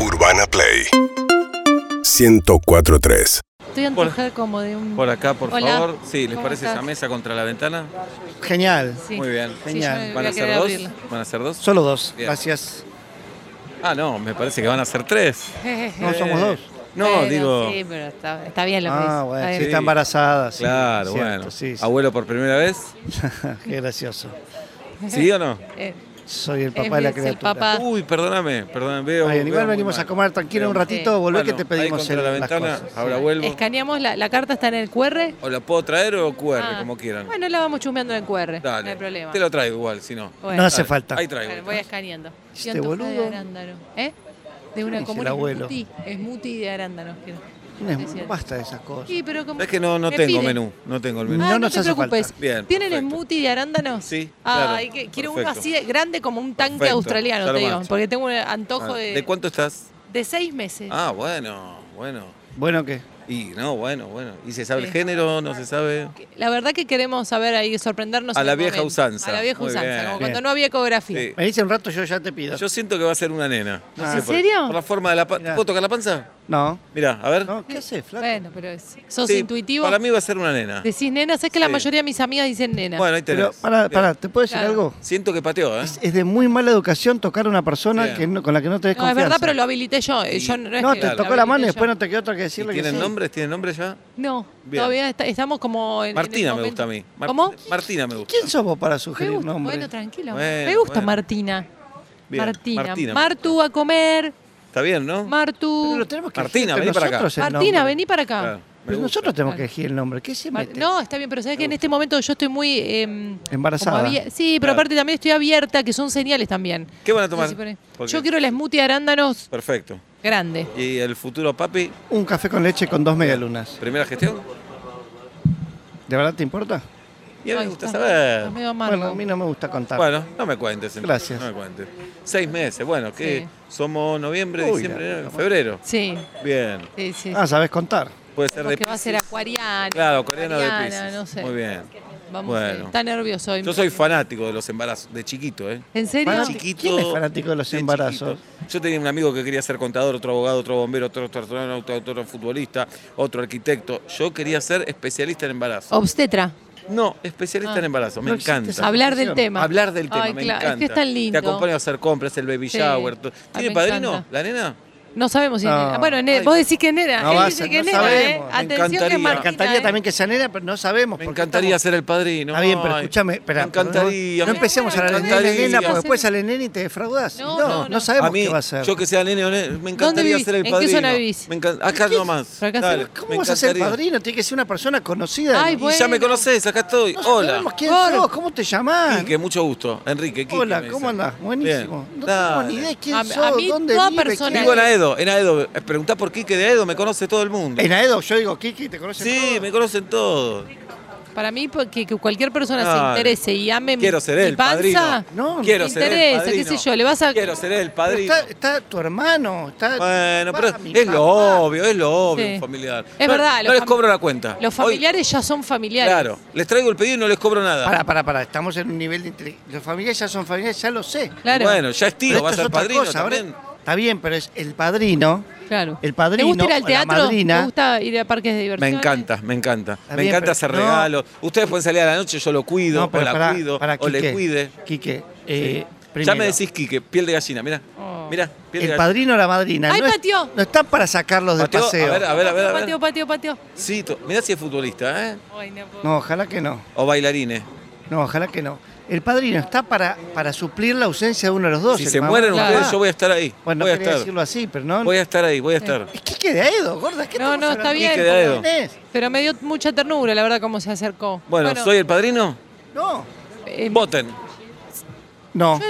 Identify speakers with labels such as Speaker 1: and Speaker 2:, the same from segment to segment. Speaker 1: Urbana Play 104.3
Speaker 2: Estoy antojada como de un...
Speaker 3: Por acá, por
Speaker 2: Hola,
Speaker 3: favor. Sí, ¿les
Speaker 2: ¿cómo
Speaker 3: parece
Speaker 2: estás?
Speaker 3: esa mesa contra la ventana?
Speaker 4: Genial.
Speaker 2: Sí.
Speaker 3: Muy bien.
Speaker 2: Sí,
Speaker 4: Genial.
Speaker 2: yo me
Speaker 3: ¿Van
Speaker 2: voy
Speaker 3: a
Speaker 2: a
Speaker 3: ser
Speaker 2: querer
Speaker 3: dos?
Speaker 2: abrirla.
Speaker 3: ¿Van a ser dos?
Speaker 4: Solo dos,
Speaker 3: Bien.
Speaker 4: gracias.
Speaker 3: Ah, no, me parece que van a ser tres.
Speaker 4: No, somos dos.
Speaker 3: No,
Speaker 2: Bueno,
Speaker 3: digo.
Speaker 2: Sí, pero está, está bien lo que
Speaker 4: Ah,
Speaker 2: dice.
Speaker 4: bueno,
Speaker 2: Está
Speaker 4: sí,
Speaker 2: bien.
Speaker 4: está embarazada. sí,
Speaker 3: Claro,
Speaker 4: cierto,
Speaker 3: bueno.
Speaker 4: Sí, sí.
Speaker 3: Abuelo por primera vez.
Speaker 4: Qué gracioso.
Speaker 3: ¿Sí o no?
Speaker 2: Eh,
Speaker 4: Soy el
Speaker 2: Es
Speaker 4: papá de la
Speaker 2: Vince, el
Speaker 4: criatura.
Speaker 2: papá. Ah.
Speaker 3: Uy, perdóname, perdóname. Veo,
Speaker 4: Está bien, igual
Speaker 3: veo muy
Speaker 4: venimos
Speaker 3: mal.
Speaker 4: a comer tranquilo
Speaker 3: Veo
Speaker 4: un
Speaker 3: muy-
Speaker 4: ratito, volvé
Speaker 3: Bueno,
Speaker 4: que te
Speaker 3: ahí
Speaker 4: pedimos
Speaker 3: contra
Speaker 4: el-
Speaker 3: la
Speaker 4: las
Speaker 3: ventana,
Speaker 4: cosas.
Speaker 3: ahora vuelvo.
Speaker 2: escaneamos la, la carta, está en el QR.
Speaker 3: ¿O la puedo traer o QR,
Speaker 2: Ah,
Speaker 3: como quieran?
Speaker 2: Bueno, la vamos chumeando en el QR.
Speaker 3: Dale.
Speaker 2: No hay problema.
Speaker 3: Te lo traigo igual, si no.
Speaker 2: Bueno,
Speaker 4: No hace
Speaker 3: Dale,
Speaker 4: falta.
Speaker 3: Ahí traigo.
Speaker 2: bueno, voy escaneando. Estoy
Speaker 4: Este
Speaker 2: antojada de
Speaker 4: boludo.
Speaker 2: arándano. ¿Eh? De
Speaker 4: ¿Qué
Speaker 2: una
Speaker 4: dice
Speaker 2: común
Speaker 4: el abuelo?
Speaker 2: smoothie. Smoothie de arándano. quiero.
Speaker 4: No,
Speaker 2: Decía.
Speaker 4: Basta de esas cosas.
Speaker 2: Sí, pero como...
Speaker 3: Es que no, no
Speaker 2: me
Speaker 3: tengo
Speaker 2: piden.
Speaker 3: menú. No tengo el menú.
Speaker 4: No
Speaker 2: Ah, no,
Speaker 4: nos
Speaker 2: te
Speaker 4: hace
Speaker 2: preocupes.
Speaker 4: falta.
Speaker 3: Bien,
Speaker 2: ¿Tienen
Speaker 3: perfecto.
Speaker 2: smoothie de arándanos?
Speaker 3: Sí,
Speaker 2: Ay,
Speaker 3: claro,
Speaker 2: que- quiero uno
Speaker 3: perfecto.
Speaker 2: así de grande como un tanque
Speaker 3: Perfecto, ya
Speaker 2: australiano,
Speaker 3: lo
Speaker 2: te digo.
Speaker 3: mancho.
Speaker 2: Porque tengo un antojo
Speaker 3: Ah,
Speaker 2: de,
Speaker 3: ¿De cuánto estás?
Speaker 2: de seis meses.
Speaker 3: Ah, bueno, bueno.
Speaker 4: Bueno, ¿qué?
Speaker 3: Y no, bueno, bueno. ¿Y se sabe
Speaker 2: Sí.
Speaker 3: el género? ¿No se sabe?
Speaker 2: La verdad que queremos saber ahí, sorprendernos.
Speaker 3: A
Speaker 2: en
Speaker 3: la
Speaker 2: el
Speaker 3: vieja
Speaker 2: momento.
Speaker 3: usanza.
Speaker 2: A la vieja
Speaker 3: Muy
Speaker 2: usanza,
Speaker 3: bien.
Speaker 2: como
Speaker 4: Bien.
Speaker 2: cuando no había ecografía.
Speaker 3: Sí.
Speaker 4: Me dice un rato, yo ya te pido.
Speaker 3: Yo siento que va a ser una nena. No
Speaker 4: Ah.
Speaker 3: sé
Speaker 4: ¿En
Speaker 3: por-
Speaker 2: serio?
Speaker 3: Por la forma de la panza.
Speaker 4: Mirá.
Speaker 3: ¿Puedo tocar la panza?
Speaker 4: No.
Speaker 3: Mirá, a ver.
Speaker 4: No, ¿qué haces, flaco?
Speaker 2: Bueno, pero es- sos
Speaker 3: Sí,
Speaker 2: intuitivo.
Speaker 3: Para mí va a ser una nena.
Speaker 2: Decís nena, ¿sabes que la
Speaker 3: Sí.
Speaker 2: mayoría de mis amigas dicen nena?
Speaker 3: Bueno, ahí tenés.
Speaker 4: Pero, pará,
Speaker 3: Bien.
Speaker 4: pará, ¿te puedo decir
Speaker 2: Claro.
Speaker 4: algo?
Speaker 3: Siento que pateó, ¿eh?
Speaker 4: Es, es de muy mala educación tocar a una persona
Speaker 3: Bien.
Speaker 4: que no- con la que no te des
Speaker 2: no, es
Speaker 4: confianza.
Speaker 2: verdad, pero lo habilité yo. eh,
Speaker 3: Sí.
Speaker 2: yo no, es
Speaker 4: No,
Speaker 2: que
Speaker 4: te
Speaker 2: lo
Speaker 4: tocó la mano y
Speaker 2: habilité
Speaker 4: después
Speaker 2: yo.
Speaker 4: no te quedó otra que
Speaker 3: ¿Y
Speaker 4: decirle que
Speaker 3: ¿Tienen
Speaker 4: sí.
Speaker 3: nombres? ¿Tienen nombres ya?
Speaker 2: No,
Speaker 3: Bien.
Speaker 2: todavía está- estamos como en- en. el
Speaker 3: Martina me
Speaker 2: momento.
Speaker 3: gusta a mí. Mar-
Speaker 2: ¿Cómo?
Speaker 3: Martina me gusta.
Speaker 4: ¿Quién sos vos para
Speaker 2: Me
Speaker 4: sugerir
Speaker 2: gusta.
Speaker 4: nombres?
Speaker 2: Bueno, tranquilo.
Speaker 3: Bueno,
Speaker 2: me gusta
Speaker 3: bueno.
Speaker 2: Martina.
Speaker 3: Bien,
Speaker 2: Martina.
Speaker 3: Martina.
Speaker 2: Martu a comer.
Speaker 3: Está bien, ¿no?
Speaker 4: Pero
Speaker 2: Martu.
Speaker 4: lo tenemos que
Speaker 3: Martina,
Speaker 4: elegir
Speaker 3: vení para acá.
Speaker 4: nosotros el
Speaker 2: Martina,
Speaker 4: nombre.
Speaker 2: vení para acá.
Speaker 3: Claro, Ah, me
Speaker 4: Pero
Speaker 3: gusta.
Speaker 4: nosotros tenemos que elegir el nombre. ¿Qué se
Speaker 2: Mar-
Speaker 4: mete?
Speaker 2: No, está bien, pero sabes que en este momento yo estoy muy. eh,
Speaker 4: Embarazada.
Speaker 2: como abie- Sí, pero
Speaker 3: Claro.
Speaker 2: aparte también estoy abierta, que son señales también.
Speaker 3: ¿Qué van a
Speaker 2: No sé
Speaker 3: tomar?
Speaker 2: si pone-
Speaker 3: Porque-
Speaker 2: Yo quiero el smoothie de arándanos
Speaker 3: Perfecto.
Speaker 2: grande.
Speaker 3: ¿Y el futuro papi?
Speaker 4: Un café con leche con dos medialunas.
Speaker 3: ¿Primera gestión?
Speaker 4: ¿De verdad te importa?
Speaker 3: Y a mí
Speaker 2: Ay,
Speaker 3: me gusta
Speaker 2: está- está
Speaker 3: saber.
Speaker 2: medio amargo.
Speaker 4: Bueno, a mí no me gusta contar.
Speaker 3: Bueno, no me cuentes. entonces,
Speaker 4: Gracias.
Speaker 3: No me cuentes. Seis meses, bueno, que
Speaker 2: Sí.
Speaker 3: somos noviembre,
Speaker 4: Uy, la-
Speaker 3: diciembre, febrero.
Speaker 2: Sí,
Speaker 3: Bien.
Speaker 2: sí, sí.
Speaker 4: ah, sabes contar.
Speaker 3: Puede ser de
Speaker 2: Porque va a ser
Speaker 3: Piscis.
Speaker 2: acuariana.
Speaker 3: Claro, coreano de Pisces.
Speaker 2: No sé.
Speaker 3: Muy bien.
Speaker 2: Vamos,
Speaker 3: Bueno.
Speaker 2: eh, está nervioso hoy.
Speaker 3: Yo soy fanático de los embarazos, de chiquito, ¿eh?
Speaker 2: ¿En serio?
Speaker 3: De
Speaker 4: Fanático.
Speaker 3: Chiquito,
Speaker 4: ¿Quién es fanático de los embarazos?
Speaker 3: chiquito. Yo tenía un amigo que quería ser contador, otro abogado, otro bombero, otro astronauta, otro, otro futbolista, otro arquitecto. Yo quería ser especialista en
Speaker 2: Oh.
Speaker 3: embarazo.
Speaker 2: Obstetra.
Speaker 3: No,
Speaker 2: Ah.
Speaker 3: especialista en embarazo, me
Speaker 4: No existe
Speaker 3: encanta.
Speaker 4: esa
Speaker 2: Hablar del
Speaker 4: Hablar
Speaker 2: tema.
Speaker 3: Hablar del tema,
Speaker 2: Ay,
Speaker 3: me
Speaker 2: claro,
Speaker 3: encanta.
Speaker 2: Es que es tan lindo.
Speaker 3: Te acompaño a hacer compras, el baby
Speaker 2: Sí.
Speaker 3: shower. todo.
Speaker 2: Ay,
Speaker 3: ¿Tiene
Speaker 2: me
Speaker 3: padrino?
Speaker 2: encanta.
Speaker 3: ¿La nena?
Speaker 2: No sabemos si es
Speaker 4: No.
Speaker 2: nena. Ah, Bueno, ne-
Speaker 3: Ay.
Speaker 2: vos decís que es nena.
Speaker 4: No
Speaker 2: Él
Speaker 4: va a
Speaker 2: dice
Speaker 4: ser,
Speaker 2: que es
Speaker 4: no
Speaker 2: nena, ¿eh?
Speaker 4: sabemos. Me
Speaker 2: Atención que es
Speaker 3: encantaría.
Speaker 4: Me
Speaker 2: Martina,
Speaker 4: encantaría
Speaker 2: ¿eh?
Speaker 4: también que sea nena, pero no sabemos.
Speaker 3: Me
Speaker 4: porque
Speaker 3: encantaría
Speaker 4: estamos-
Speaker 3: ser el padrino.
Speaker 4: Está bien, pero
Speaker 3: Ay,
Speaker 4: escúchame. esperá,
Speaker 3: me encantaría.
Speaker 4: No, no empecemos a
Speaker 2: Me
Speaker 4: hablar de nena,
Speaker 2: encantaría.
Speaker 4: nena, porque después sale nene y te defraudás.
Speaker 2: No, no,
Speaker 4: No, no,
Speaker 2: no.
Speaker 4: sabemos
Speaker 3: a mí,
Speaker 4: qué va a ser.
Speaker 3: Yo que sea nene o nene, me encantaría
Speaker 2: vivís?
Speaker 3: ser el
Speaker 2: ¿En qué
Speaker 3: padrino.
Speaker 2: zona vivís?
Speaker 3: Me encan- Acá nomás.
Speaker 2: ¿Pero acá
Speaker 3: Dale,
Speaker 2: cerca?
Speaker 4: ¿Cómo
Speaker 3: me
Speaker 4: vas a ser
Speaker 3: encantaría.
Speaker 4: padrino? Tiene que ser una persona conocida.
Speaker 2: Ay,
Speaker 4: Y-
Speaker 3: Y ya me
Speaker 2: Bueno.
Speaker 3: conocés, acá estoy.
Speaker 4: No
Speaker 3: Hola.
Speaker 4: sabemos quién
Speaker 2: Hola.
Speaker 4: sos, cómo te llamás.
Speaker 3: Enrique, mucho gusto. Enrique, Quique,
Speaker 4: Hola,
Speaker 3: me
Speaker 4: ¿cómo
Speaker 3: dicen.
Speaker 4: andás? Buenísimo.
Speaker 3: Bien.
Speaker 4: No tengo
Speaker 3: Dale.
Speaker 4: ni idea de quién
Speaker 2: A- a
Speaker 4: sos,
Speaker 2: mí
Speaker 4: dónde
Speaker 2: toda
Speaker 4: vive,
Speaker 2: persona-
Speaker 4: quién-
Speaker 3: Digo en Aedo, en Aedo. Eh, Preguntá por Quique de Aedo, me conoce todo el mundo.
Speaker 4: En Aedo, yo digo, Kiki, te conoces
Speaker 3: Sí,
Speaker 4: todos.
Speaker 3: me conocen todos.
Speaker 2: Para mí, porque que cualquier persona se
Speaker 3: Dale.
Speaker 2: interese y ame mi-
Speaker 3: Quiero ser
Speaker 2: mi
Speaker 3: el
Speaker 2: panza,
Speaker 3: padrino.
Speaker 4: No, no
Speaker 3: Quiero
Speaker 2: te
Speaker 3: ser el
Speaker 2: interesa,
Speaker 3: padrino.
Speaker 2: qué sé yo, le vas a-
Speaker 3: Quiero ser el
Speaker 4: Pero
Speaker 3: padrino.
Speaker 4: Está, está tu hermano, está...
Speaker 3: Bueno, pero
Speaker 4: Ah, mi
Speaker 3: es lo
Speaker 4: papá.
Speaker 3: obvio, es lo obvio,
Speaker 2: Sí.
Speaker 3: un familiar.
Speaker 2: Es
Speaker 3: No-
Speaker 2: verdad,
Speaker 3: No,
Speaker 2: los
Speaker 3: les
Speaker 2: fam-
Speaker 3: cobro la cuenta.
Speaker 2: Los
Speaker 3: Hoy-
Speaker 2: familiares ya son familiares.
Speaker 3: Claro, les traigo el pedido y no les cobro nada.
Speaker 4: Pará, pará, pará, estamos en un nivel de... intele- Los familiares ya son familiares, ya lo sé.
Speaker 2: Claro.
Speaker 3: Bueno, ya es
Speaker 4: Pero
Speaker 3: tío,
Speaker 4: esto
Speaker 3: va a
Speaker 4: es
Speaker 3: ser
Speaker 4: otra
Speaker 3: padrino
Speaker 4: cosa, ahora-
Speaker 3: también.
Speaker 4: Está bien, pero es el padrino.
Speaker 2: claro.
Speaker 4: el padrino
Speaker 2: ¿Te gusta ir al
Speaker 4: o la
Speaker 2: teatro?
Speaker 4: madrina.
Speaker 2: ¿Te gusta ir a parques de
Speaker 3: Me
Speaker 2: diversión?
Speaker 3: encanta, me encanta.
Speaker 4: Está
Speaker 3: me
Speaker 4: bien,
Speaker 3: encanta
Speaker 4: pero-
Speaker 3: hacer
Speaker 4: no.
Speaker 3: regalos. Ustedes pueden salir a la noche, yo lo cuido,
Speaker 4: no, pero
Speaker 3: o la
Speaker 4: pará,
Speaker 3: cuido,
Speaker 4: pará,
Speaker 3: o le
Speaker 4: Quique,
Speaker 3: cuide.
Speaker 4: Quique,
Speaker 3: Ya
Speaker 4: eh,
Speaker 3: me
Speaker 4: primero,
Speaker 3: decís Quique, piel de gallina, mira.
Speaker 2: Oh.
Speaker 3: Mira, piel de
Speaker 4: El
Speaker 3: gallina.
Speaker 4: padrino o la madrina.
Speaker 2: ¡Ay,
Speaker 4: no es-
Speaker 2: pateó!
Speaker 4: no están para sacarlos de
Speaker 3: Pateó,
Speaker 4: paseo.
Speaker 3: a ver, a ver, a ver. a ver.
Speaker 2: Patio, patio, patio.
Speaker 3: Sí, to- mirá si es futbolista, ¿eh?
Speaker 2: Ay, no puedo.
Speaker 4: No, ojalá que no.
Speaker 3: O bailarines.
Speaker 4: No, ojalá que no. El padrino está para, para suplir la ausencia de uno de los dos.
Speaker 3: si
Speaker 4: el
Speaker 3: se
Speaker 4: mamá-
Speaker 3: mueren
Speaker 2: Claro.
Speaker 3: ustedes, yo voy a estar ahí.
Speaker 4: Bueno,
Speaker 3: voy
Speaker 4: no
Speaker 3: a
Speaker 4: quería
Speaker 3: estar.
Speaker 4: decirlo así, pero no.
Speaker 3: Voy a estar ahí, voy a estar.
Speaker 4: Es Quique de Aedo, gorda. ¿qué
Speaker 2: No,
Speaker 4: estamos
Speaker 2: no, está
Speaker 4: hablando?
Speaker 2: bien.
Speaker 3: Quique de Aedo.
Speaker 4: ¿Tenés?
Speaker 2: Pero me dio mucha ternura, la verdad, cómo se acercó.
Speaker 3: Bueno, ¿soy el padrino?
Speaker 4: No.
Speaker 2: eh,
Speaker 3: Voten.
Speaker 4: No.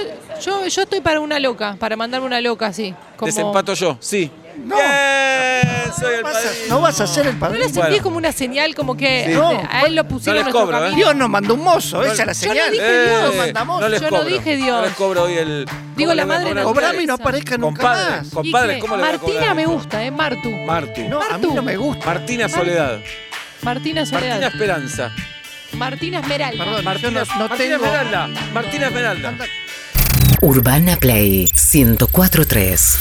Speaker 2: yo, yo estoy para una loca, para mandarme una loca así. Como...
Speaker 3: Desempato yo, sí.
Speaker 4: No.
Speaker 3: Bien, soy el
Speaker 4: No vas a-
Speaker 3: padrino.
Speaker 4: No vas a ser el
Speaker 2: ¿No la
Speaker 4: padrino.
Speaker 2: sentí
Speaker 3: Bueno.
Speaker 2: como una señal, como que
Speaker 4: Sí.
Speaker 2: a-
Speaker 4: No,
Speaker 2: a él lo pusieron
Speaker 3: les
Speaker 2: en su
Speaker 3: cobro, ¿eh?
Speaker 2: camino?
Speaker 4: Dios nos mandó un mozo, esa es
Speaker 2: Yo
Speaker 4: la
Speaker 2: no
Speaker 4: señal.
Speaker 2: dije Dios.
Speaker 4: Nos mandamos.
Speaker 3: no les
Speaker 2: Yo no
Speaker 3: cobro.
Speaker 2: dije Dios.
Speaker 3: No les cobro hoy el.
Speaker 2: Digo,
Speaker 3: ¿Cómo
Speaker 2: la
Speaker 3: le voy a
Speaker 2: madre
Speaker 3: cobrar?
Speaker 2: no-
Speaker 4: Cobrame y no
Speaker 2: Eso.
Speaker 4: aparezca nunca
Speaker 3: Compadre,
Speaker 4: más.
Speaker 3: compadre. Compadre,
Speaker 2: Quique,
Speaker 3: ¿cómo le voy a
Speaker 2: Martina
Speaker 3: cobrar
Speaker 2: me
Speaker 3: eso?
Speaker 2: gusta, ¿eh? Martu.
Speaker 3: Martu.
Speaker 4: No, a mí
Speaker 2: Martu.
Speaker 4: no me gusta.
Speaker 3: Martina Soledad.
Speaker 2: Martina
Speaker 3: Martina
Speaker 2: Soledad.
Speaker 3: Esperanza.
Speaker 2: Martina Esmeralda.
Speaker 4: Perdón, yo
Speaker 3: Martina,
Speaker 4: no, no
Speaker 3: Martina
Speaker 4: tengo.
Speaker 3: Esmeralda. Martina Esmeralda.
Speaker 5: Urbana Play 1043.